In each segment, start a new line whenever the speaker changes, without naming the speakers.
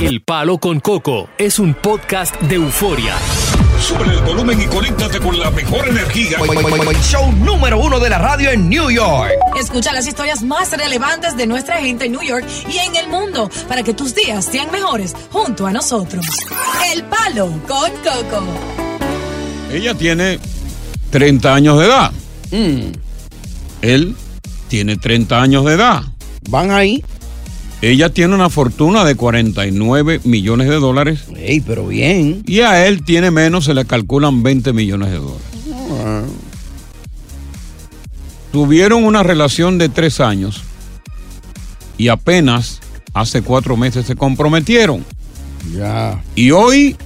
El Palo con Coco es un podcast de euforia.
Sube el volumen y conéctate con la mejor energía.
Show número uno de la radio en New York.
Escucha las historias más relevantes de nuestra gente en New York y en el mundo para que tus días sean mejores junto a nosotros. El Palo con Coco.
Ella tiene 30 años de edad. Él tiene 30 años de edad.
Van ahí.
Ella tiene una fortuna de 49 millones de dólares
Ey, pero bien.
y a él tiene menos, se le calculan 20 millones de dólares. Tuvieron una relación de tres años y apenas hace cuatro meses se comprometieron.
Ya.
Y hoy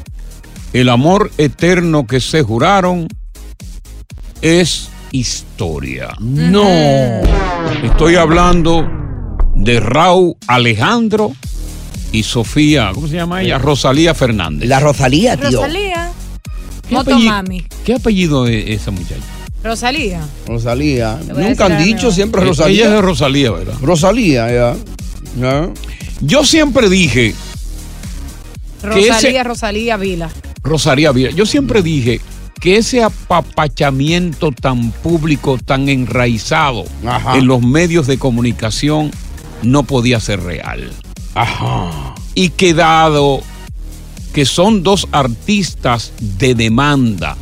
el amor eterno que se juraron es historia.
No.
Estoy hablando de Raúl Alejandro y Sofía, ¿cómo se llama ella? Rosalía Fernández.
La Rosalía, tío.
Rosalía.
¿Qué apellido-
Motomami.
¿Qué apellido es esa muchacha?
Rosalía.
Rosalía.
voy a
Nunca
decir
han
algo.
dicho siempre
Eh, Ella es
Rosalía.
de Rosalía, ¿verdad?
Rosalía, ya. Ya.
Yo siempre dije, Que
Rosalía,
ese-
Rosalía Vila.
Rosalía Vila, yo siempre dije que ese apapachamiento tan público, tan enraizado
Ajá.
en los medios de comunicación no podía ser real.
Ajá.
y que dado que son dos artistas de demanda,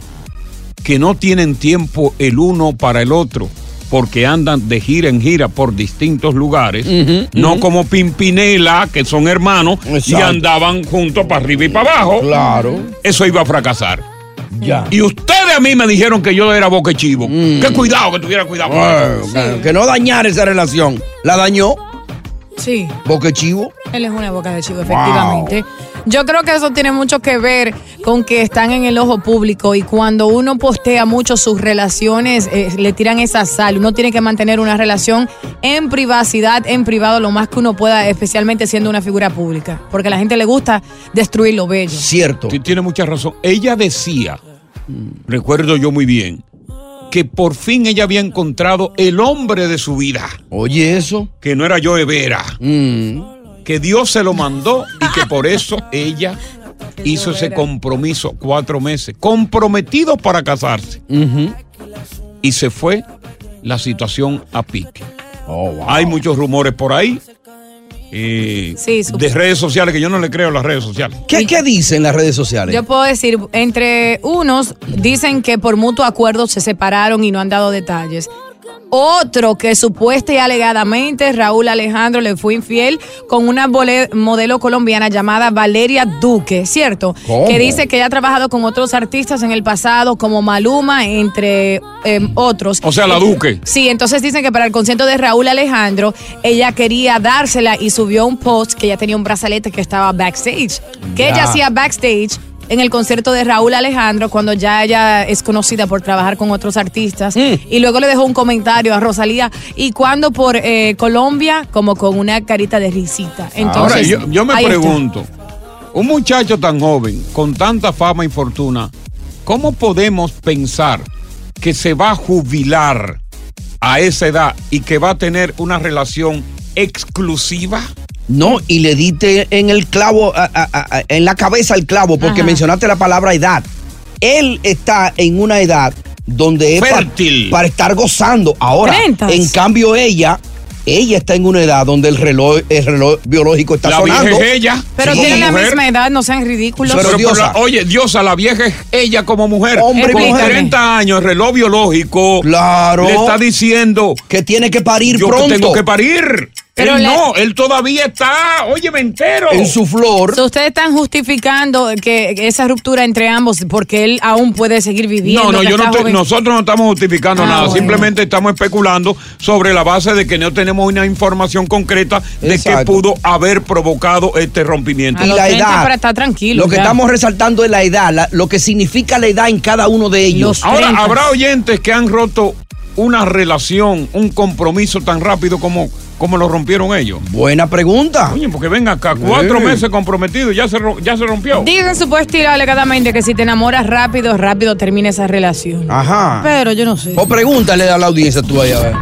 que no tienen tiempo el uno para el otro, porque andan de gira en gira por distintos lugares, no como Pimpinela, que son hermanos, y
Exacto.
andaban juntos para arriba y para abajo,
Claro.
eso iba a fracasar.
Ya.
Y ustedes a mí me dijeron que yo era boca chivo. Que cuidado, que tuviera cuidado. con eso.
Bueno, que- Que no dañar esa relación. La dañó,
Sí.
porque chivo.
Él es una boca de chivo, efectivamente. Yo creo que eso tiene mucho que ver con que están en el ojo público y cuando uno postea mucho sus relaciones, eh, le tiran esa sal. Uno tiene que mantener una relación en privacidad, en privado, lo más que uno pueda, especialmente siendo una figura pública. Porque a la gente le gusta destruir lo bello.
Cierto.
Ti- Tiene mucha razón. Ella decía, recuerdo yo muy bien, que por fin ella había encontrado el hombre de su vida,
Oye, eso.
que no era yo Vera,
Mm.
que Dios se lo mandó y que por eso ella hizo ese compromiso cuatro meses, comprometido para casarse.
Ujú.
Y se fue la situación a pique.
Oh, wow.
Hay muchos rumores por ahí. eh,
Sí, sup-
de redes sociales, que yo no le creo a las redes sociales.
¿Qué, ¿Qué dicen las redes sociales?
Yo puedo decir, entre unos dicen que por mutuo acuerdo se separaron y no han dado detalles. Otro que supuesta y alegadamente Raúl Alejandro le fue infiel con una vole- modelo colombiana llamada Valeria Duque, ¿cierto?
¿Cómo?
Que dice que ya ha trabajado con otros artistas en el pasado, como Maluma, entre em, otros.
O sea, la Duque.
Sí, entonces dicen que para el concierto de Raúl Alejandro, ella quería dársela y subió un post que ella tenía un brazalete que estaba backstage. Que ella
Ya.
hacía backstage en el concierto de Raúl Alejandro cuando ya ella es conocida por trabajar con otros artistas.
Mm.
Y luego le dejó un comentario a Rosalía. Y cuando por eh, Colombia, como con una carita de risita. Entonces,
Ahora, yo, yo me
ahí está.
pregunto, un muchacho tan joven, con tanta fama y fortuna, ¿cómo podemos pensar que se va a jubilar a esa edad y que va a tener una relación exclusiva?
No, y le diste en el clavo, a- a- a- a- en la cabeza el clavo, porque
Ajá.
mencionaste la palabra edad. Él está en una edad donde es pa-
Fértil.
para estar gozando. Ahora,
Treintas.
en cambio, ella, ella está en una edad donde el reloj, el reloj biológico está
la
sonando.
vieja es ella.
Pero
como
tienen la
mujer.
misma edad, no sean ridículos.
Pero
Pero por la-
diosa.
oye, diosa, la vieja es ella como mujer.
Hombre,
con
mujer.
30 años, el reloj biológico
Claro.
le está diciendo
Que tiene que parir
yo que
pronto.
tengo que parir.
Pero
él
la-
no, él todavía está, oye, me entero.
en su flor.
So, ustedes están justificando que que esa ruptura entre ambos porque él aún puede seguir viviendo.
No, no,
que
yo no
está
estoy-
joven.
nosotros no estamos justificando
Ah,
nada,
bueno.
simplemente estamos especulando sobre la base de que no tenemos una información concreta de qué
Exacto.
pudo haber provocado este rompimiento.
A
y
los
la
30
edad.
para estar tranquilo,
Lo que
ya.
estamos resaltando es la edad, la- lo que significa la edad en cada uno de ellos.
Los-
Ahora,
30.
habrá oyentes que han roto una relación, un compromiso tan rápido como, como lo rompieron ellos.
Buena pregunta.
Oye, porque ven acá, cuatro
Sí.
meses comprometidos, ya se, ro- ya se rompió.
Dicen supuestamente que si te enamoras rápido, rápido termina esa relación.
Ah.
Ajá.
Pero yo no sé.
O pregúntale a la audiencia tú allá. a ver.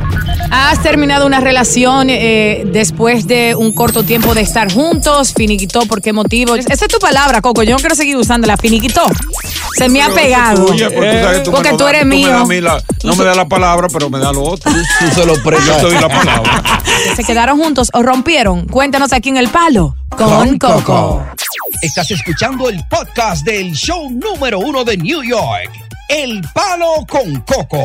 Has terminado una relación eh, después de un corto tiempo de estar juntos, finiquitó, ¿por qué motivo? Esa es tu palabra, Coco, yo no quiero seguir usándola, finiquitó. Se me ha pegado. Eh,
Oye, pues tú sabes que tú me
Porque
lo
tú
das,
eres
me
mío.
das a mí la- no me da la palabra, pero me da lo otro.
Tú se lo
Yo
prestas.
te doy la palabra.
¿Se quedaron juntos o rompieron? Cuéntanos aquí en El Palo con Coco.
Estás escuchando el podcast del show número uno de New York. El palo con coco.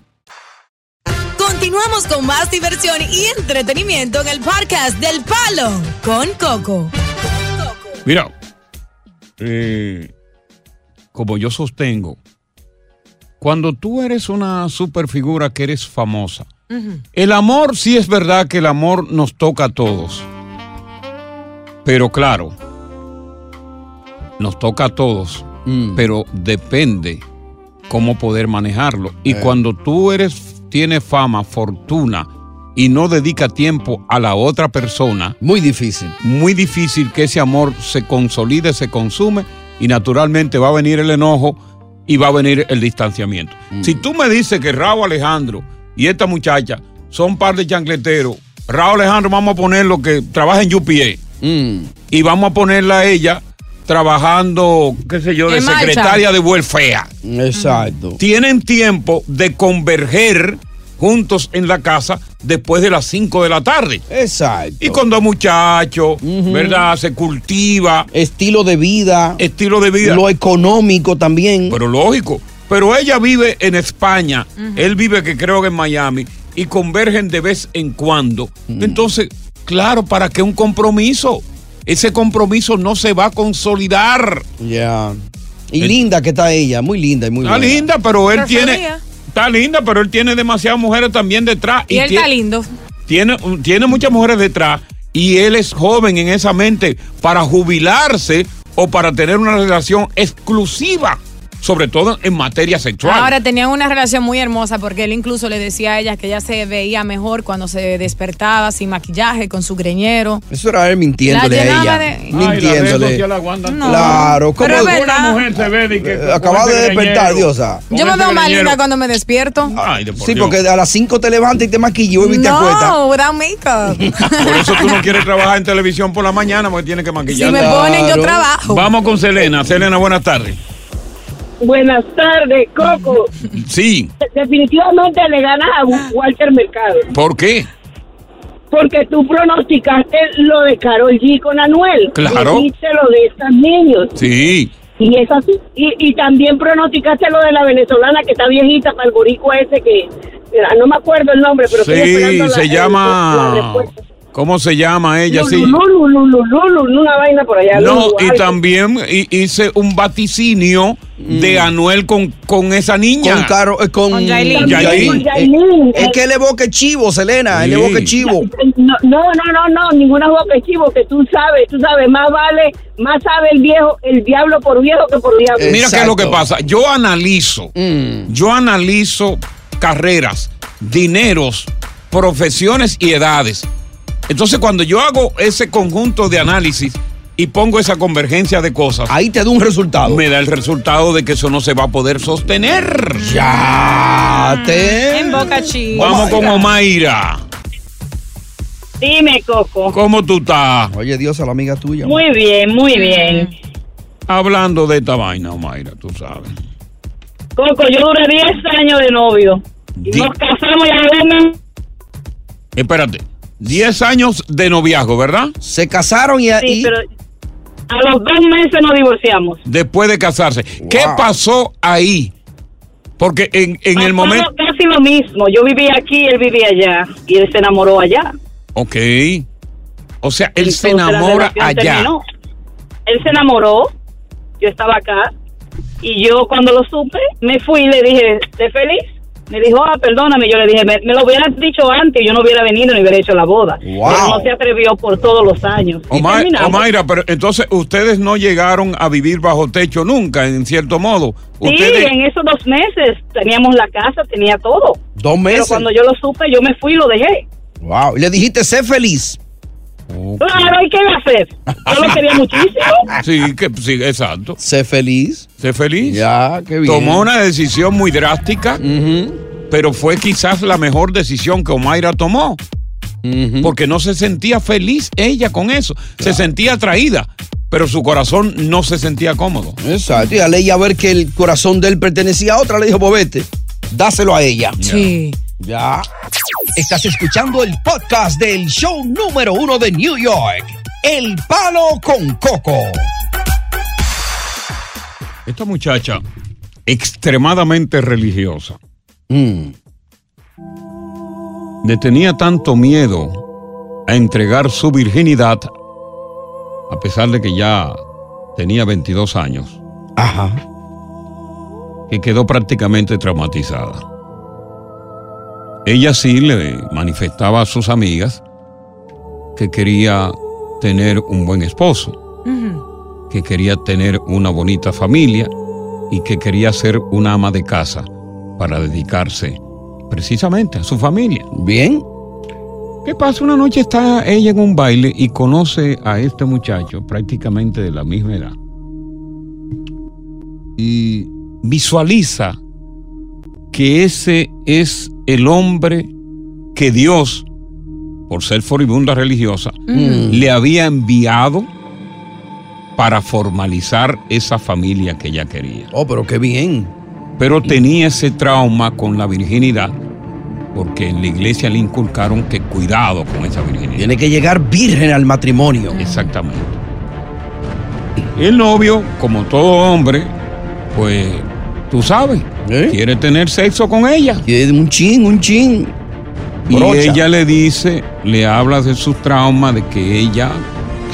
Continuamos con más diversión y entretenimiento en el podcast del Palo con Coco.
Mira, eh, como yo sostengo, cuando tú eres una superfigura que eres famosa, el amor sí es verdad que el amor nos toca a todos. Pero claro, nos toca a todos, pero depende cómo poder manejarlo. Y cuando tú eres, tienes fama, fortuna y no dedica tiempo a la otra persona,
Muy difícil.
muy difícil que ese amor se consolide, se consume y naturalmente va a venir el enojo y va a venir el distanciamiento. Si tú me dices que Raúl Alejandro y esta muchacha son par de chancleteros, Raúl Alejandro vamos a ponerlo que trabaja en UPA
Mm.
y vamos a ponerla a ella trabajando, qué sé yo, de
En marcha.
secretaria de welfare
Exacto.
tienen tiempo de converger juntos en la casa después de las 5 de la tarde.
Exacto.
Y cuando muchacho, ¿verdad? Se cultiva,
Estilo de vida,
estilo de vida.
lo económico también.
Pero lógico. Pero ella vive en España, él vive que creo que en Miami, y convergen de vez en cuando. Entonces, claro, ¿para qué un compromiso? Ese compromiso no se va a consolidar.
Ya. Y linda que está ella, muy linda y muy
Está
buena.
Ah, linda, pero él
Pero
tiene...
sabía.
Está linda, pero él tiene demasiadas mujeres también detrás.
Y él
tie-
está lindo.
tiene, tiene muchas mujeres detrás y él es joven en esa mente para jubilarse o para tener una relación exclusiva, sobre todo en materia sexual.
Ahora tenían una relación muy hermosa porque él incluso le decía a ella que ella se veía mejor cuando se despertaba sin maquillaje, con su greñero.
Eso era él mintiéndole
La
a ella.
llenaba de-
Mintiéndole.
No.
Claro,
Pero
¿cómo
es verdad.
se ve de que-
Eh, acaba
con
de
ese
despertar,
greñero,
Diosa.
con
Yo me
ese
veo más
greñero. Ah,
linda cuando me despierto.
Ay, de por
sí,
Dios.
porque a las 5 te levantas y te maquillas y te acuestas.
No, without makeup.
Por eso tú no quieres trabajar en televisión por la mañana porque tienes que
si
maquillar.
me ponen, yo
Claro.
trabajo.
Vamos con Selena. Selena, buenas tardes.
Buenas tardes, Coco.
Sí,
Definitivamente le ganas a Walter Mercado,
¿por qué?
porque tú pronosticaste lo de Carol G con Anuel.
Claro.
Dijiste lo de estos niños.
Sí.
Y, es así. Y, y también pronosticaste lo de la venezolana que está viejita para el boricua ese que... mira, No me acuerdo el nombre, pero estoy
Sí,
esperando la-
se
el- la
llama.
respuesta.
¿Cómo se llama ella? Sí.
Lulu, Lulu, Lulu, Lulu, una vaina por allá.
No,
Lulu,
y
algo.
también hi- hice un vaticinio de Anuel con, con esa niña.
Mm. Con Caro, eh, con,
Con Yailin.
con Yailin.
Con
Eh,
Yailin.
Es que él evoca chivo, Selena. Él
Sí.
evoca chivo.
No, no, no, no, no, ninguna boca de chivo, que tú sabes, tú sabes, más vale, más sabe el viejo, el diablo por viejo que por diablo.
Eh,
Mira qué es lo que
Exacto. Mm.
pasa. Yo analizo, yo analizo carreras, dineros, profesiones y edades. Entonces, cuando yo hago ese conjunto de análisis y pongo esa convergencia de cosas,
Ahí te da un resultado.
me da el resultado de que eso no se va a poder sostener.
Ya te.
En Boca Chica.
Vamos con Omaira.
Dime, Coco.
¿Cómo tú estás?
Oye, Dios, a la amiga tuya.
Muy bien, muy bien.
Hablando de esta vaina, Mayra, tú sabes.
Coco, yo duré 10 años de novio. Y
Di-
nos casamos y a una-
Espérate. 10 años de noviazgo, ¿verdad?
Se casaron y,
Sí,
y-
pero a los dos meses nos divorciamos.
Después de casarse. ¿Qué pasó ahí? Porque en, en el
Pasaba
momento...
Casi lo mismo. Yo vivía aquí, él vivía allá. Y él se enamoró allá.
Ok. O sea, él se
Entonces, la
enamora
relación
allá.
terminó. Él se enamoró, yo estaba acá, y yo cuando lo supe, me fui y le dije, ¿te feliz? Me dijo, ah, perdóname, yo le dije, me, me lo hubieras dicho antes, y yo no hubiera venido ni hubiera hecho la boda.
Wow.
Pero no se atrevió por todos los años.
O
Y
Ma-
terminamos.
o Mayra, pero entonces ustedes no llegaron a vivir bajo techo nunca, en cierto modo.
Sí,
Ustedes,
en esos dos meses teníamos la casa, tenía todo.
dos
Pero
meses.
cuando yo lo supe, yo me fui y lo dejé.
Wow. Y le dijiste, sé feliz.
Claro, ¿y qué iba a hacer? Yo lo quería muchísimo.
sí, que, sí, exacto.
Sé feliz.
Sé feliz.
Ya, qué bien.
Tomó una decisión muy drástica,
Ujú,
pero fue quizás la mejor decisión que Mayra tomó,
ujú.
porque no se sentía feliz ella con eso. Se sentía atraída, pero su corazón no se sentía cómodo.
Exacto. Y al ella ver que el corazón de él pertenecía a otra, le dijo, bobete, dáselo a ella.
Sí.
Ya. Estás escuchando el podcast del show número uno de New York, El Palo con Coco.
Esta muchacha, extremadamente religiosa,
Mm,
le tenía tanto miedo a entregar su virginidad, a pesar de que ya tenía 22 años,
Ajá.
que quedó prácticamente traumatizada. Ella sí le manifestaba a sus amigas que quería tener un buen esposo,
Ujú.
que quería tener una bonita familia y que quería ser una ama de casa para dedicarse precisamente a su familia.
Bien.
¿Qué pasa? Una noche está ella en un baile y conoce a este muchacho prácticamente de la misma edad. Y visualiza que ese es el hombre que Dios, por ser foribunda religiosa,
Mm.
le había enviado para formalizar esa familia que ella quería
Oh, pero qué bien.
pero tenía ese trauma con la virginidad porque en la iglesia le inculcaron que cuidado con esa virginidad.
Tiene que llegar virgen al matrimonio.
Exactamente. El novio, como todo hombre, pues tú sabes,
¿Eh?
quiere tener sexo con ella.
Tiene Un chin, un chin.
Y
Brocha.
ella le dice, le habla de su trauma, de que ella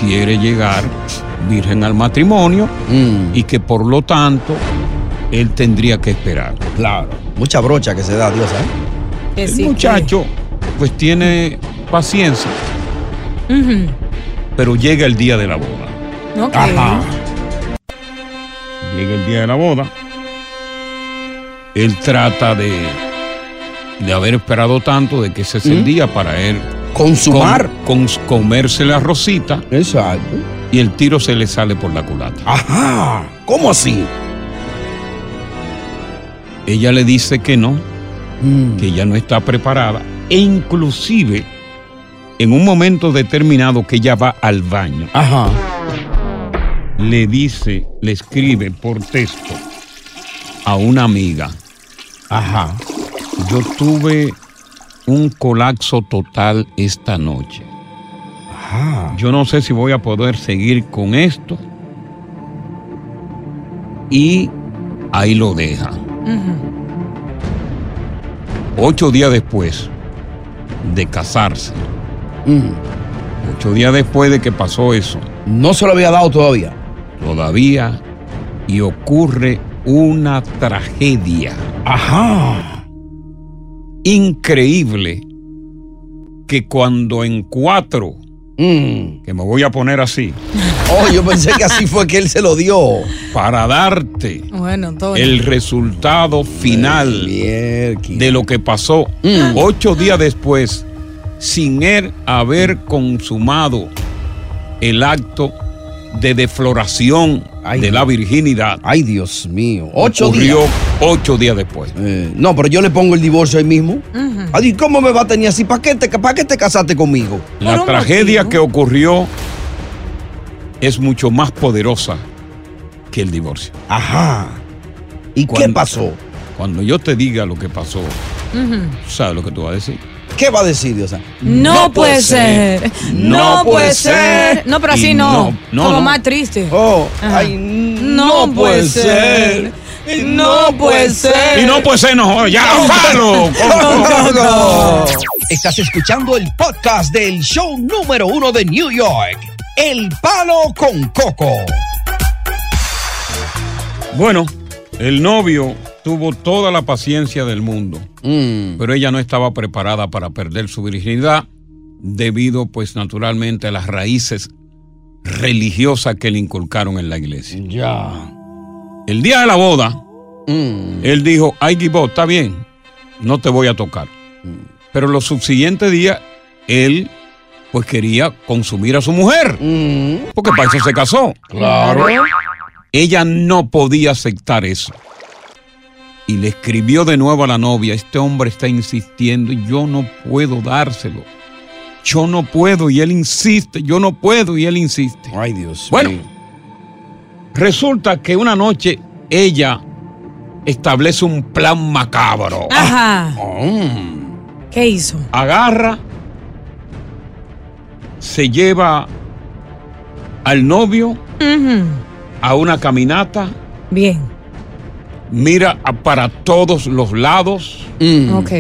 quiere llegar virgen al matrimonio
Mm,
y que por lo tanto él tendría que esperar.
claro. Mucha brocha que se da, Dios, ¿eh?
Que
El
sí, que-
muchacho pues tiene paciencia,
Ujú.
pero llega el día de la boda.
Ok.
Llega el día de la boda. Él trata de, de haber esperado tanto de que ese es el día para él
Consumar.
con- cons- comerse la rosita
Exacto.
y el tiro se le sale por la culata.
Ajá. ¿Cómo así?
Ella le dice que no,
Mm,
que ella no está preparada e inclusive en un momento determinado que ella va al baño
Ajá.
le dice, le escribe por texto a una amiga,
Ajá.
yo tuve un colapso total esta noche.
Ajá.
Yo no sé si voy a poder seguir con esto. Y ahí lo deja.
Ujú.
Ocho días después de casarse,
Mm,
ocho días después de que pasó eso,
No se lo había dado todavía.
todavía y ocurre una tragedia.
Ajá.
increíble que cuando en cuatro,
Mm.
que me voy a poner así,
Oh, yo pensé que así fue que él se lo dio.
para darte
Bueno, todo.
el resultado final
Mierky.
de lo que pasó
Mm.
ocho días después, sin él haber consumado el acto de defloración de la virginidad.
Ay, Dios mío. Ocho
ocurrió
días.
ocho días después.
Eh, no, pero yo le pongo el divorcio ahí mismo. Ay, ¿cómo me va a tener así? ¿Para qué te, para qué te casaste conmigo?
La tragedia que ocurrió es mucho más poderosa que el divorcio.
Ajá. ¿Y qué
Cuando-
pasó?
Cuando yo te diga lo que pasó,
Ujú.
¿sabes lo que tú vas a decir?
¿Qué va a decir Dios? santo?
No, puede ser. No puede ser. No, pero
Y
así no.
no, no,
Como
no.
más triste.
Oh,
Ajá.
ay,
No puede ser. No puede ser.
Y no puede ser, no, joder, ya, Gonzalo.
Estás escuchando el podcast del show número uno de New York, El Palo con Coco.
Bueno, el novio tuvo toda la paciencia del mundo, pero ella no estaba preparada para perder su virginidad debido, pues, naturalmente a las raíces religiosas que le inculcaron en la iglesia.
Ya.
El día de la boda, él dijo, ay, Gibbo, está bien, no te voy a tocar. Pero los subsiguientes días, él, pues, quería consumir a su mujer, porque para eso se casó.
claro.
Ella no podía aceptar eso. Y le escribió de nuevo a la novia, este hombre está insistiendo, y yo no puedo dárselo. Yo no puedo y él insiste, yo no puedo y él insiste.
Ay, Dios.
Bueno.
mío.
Resulta que una noche ella establece un plan macabro.
Ah. Ajá.
Mm.
¿Qué hizo?
Agarra, se lleva al novio
Ujú.
a una caminata,
Bien.
mira a- para todos los lados.
Mm.
Ok.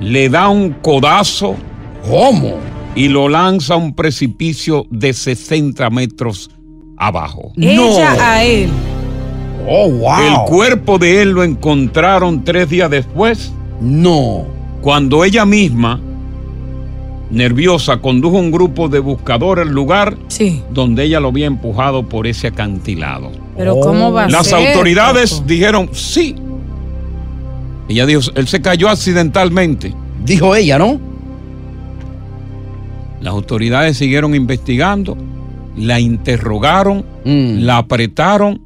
le da un codazo
¿Cómo?
y lo lanza a un precipicio de 60 metros abajo.
Ella a él.
Oh, wow.
El cuerpo de él lo encontraron tres días después,
No.
cuando ella misma, nerviosa, condujo un grupo de buscadores al lugar
Sí.
donde ella lo había empujado por ese acantilado.
Pero
Oh.
¿cómo va a
Las
ser?
autoridades
Coco?
dijeron sí. Ella dijo, él se cayó accidentalmente.
Dijo ella, ¿no?
Las autoridades siguieron investigando, la interrogaron,
Mm.
la apretaron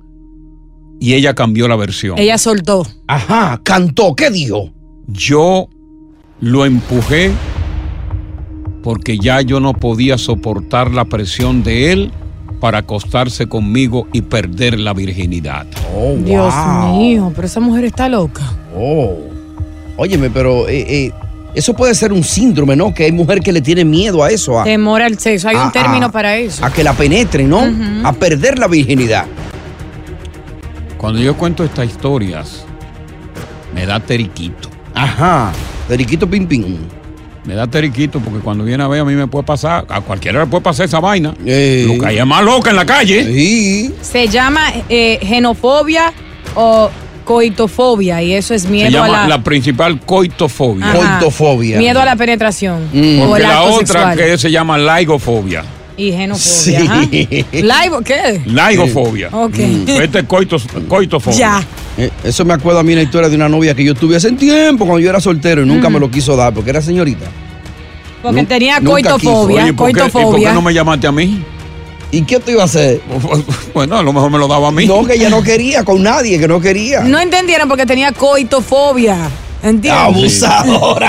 y ella cambió la versión.
Ella soltó.
Ajá, cantó. ¿Qué dijo?
Yo lo empujé porque ya yo no podía soportar la presión de él para acostarse conmigo y perder la virginidad.
Oh,
Dios
wow.
mío, pero esa mujer está loca.
Oh. Óyeme, pero eh, eh, eso puede ser un síndrome, ¿no? Que hay mujer que le tiene miedo a eso. A,
Temor al sexo. Hay
a-
un término
a-
para eso.
A que la penetren, ¿no?
Ujú.
A perder la virginidad.
Cuando yo cuento estas historias, me da teriquito. Ah,
Ajá. Periquito Pim Pim.
Me da teriquito porque cuando viene a ver a mí me puede pasar, a cualquiera le puede pasar esa vaina.
Eh.
Lo que haya más loca en la calle.
Sí.
Se llama eh, genofobia o coitofobia y eso es miedo
Se llama
a
la...
la,
principal coitofobia.
Ajá.
Coitofobia.
miedo a la penetración
Mm.
o
Porque
el
la
acto
otra
sexual.
que se llama laigofobia.
y genofobia.
Sí.
ajá. Laigo- ¿qué?
Laigofobia.
Ok.
Este es coitos- coitofobia.
Ya.
Eh, Eso me acuerda a mí una historia de una novia que yo tuve hace tiempo cuando yo era soltero y nunca me lo quiso dar porque era señorita.
Porque
Nun-
tenía
nunca quiso.
coitofobia,
Oye, ¿y por, qué, y por qué
coitofobia.
no me llamaste a mí?
¿Y qué te iba a hacer?
Bueno, a lo mejor me lo daba a mí.
No, que ella no quería, con nadie, que no quería.
No entendieron porque tenía coitofobia. ¿Entiendes?
Abusadora.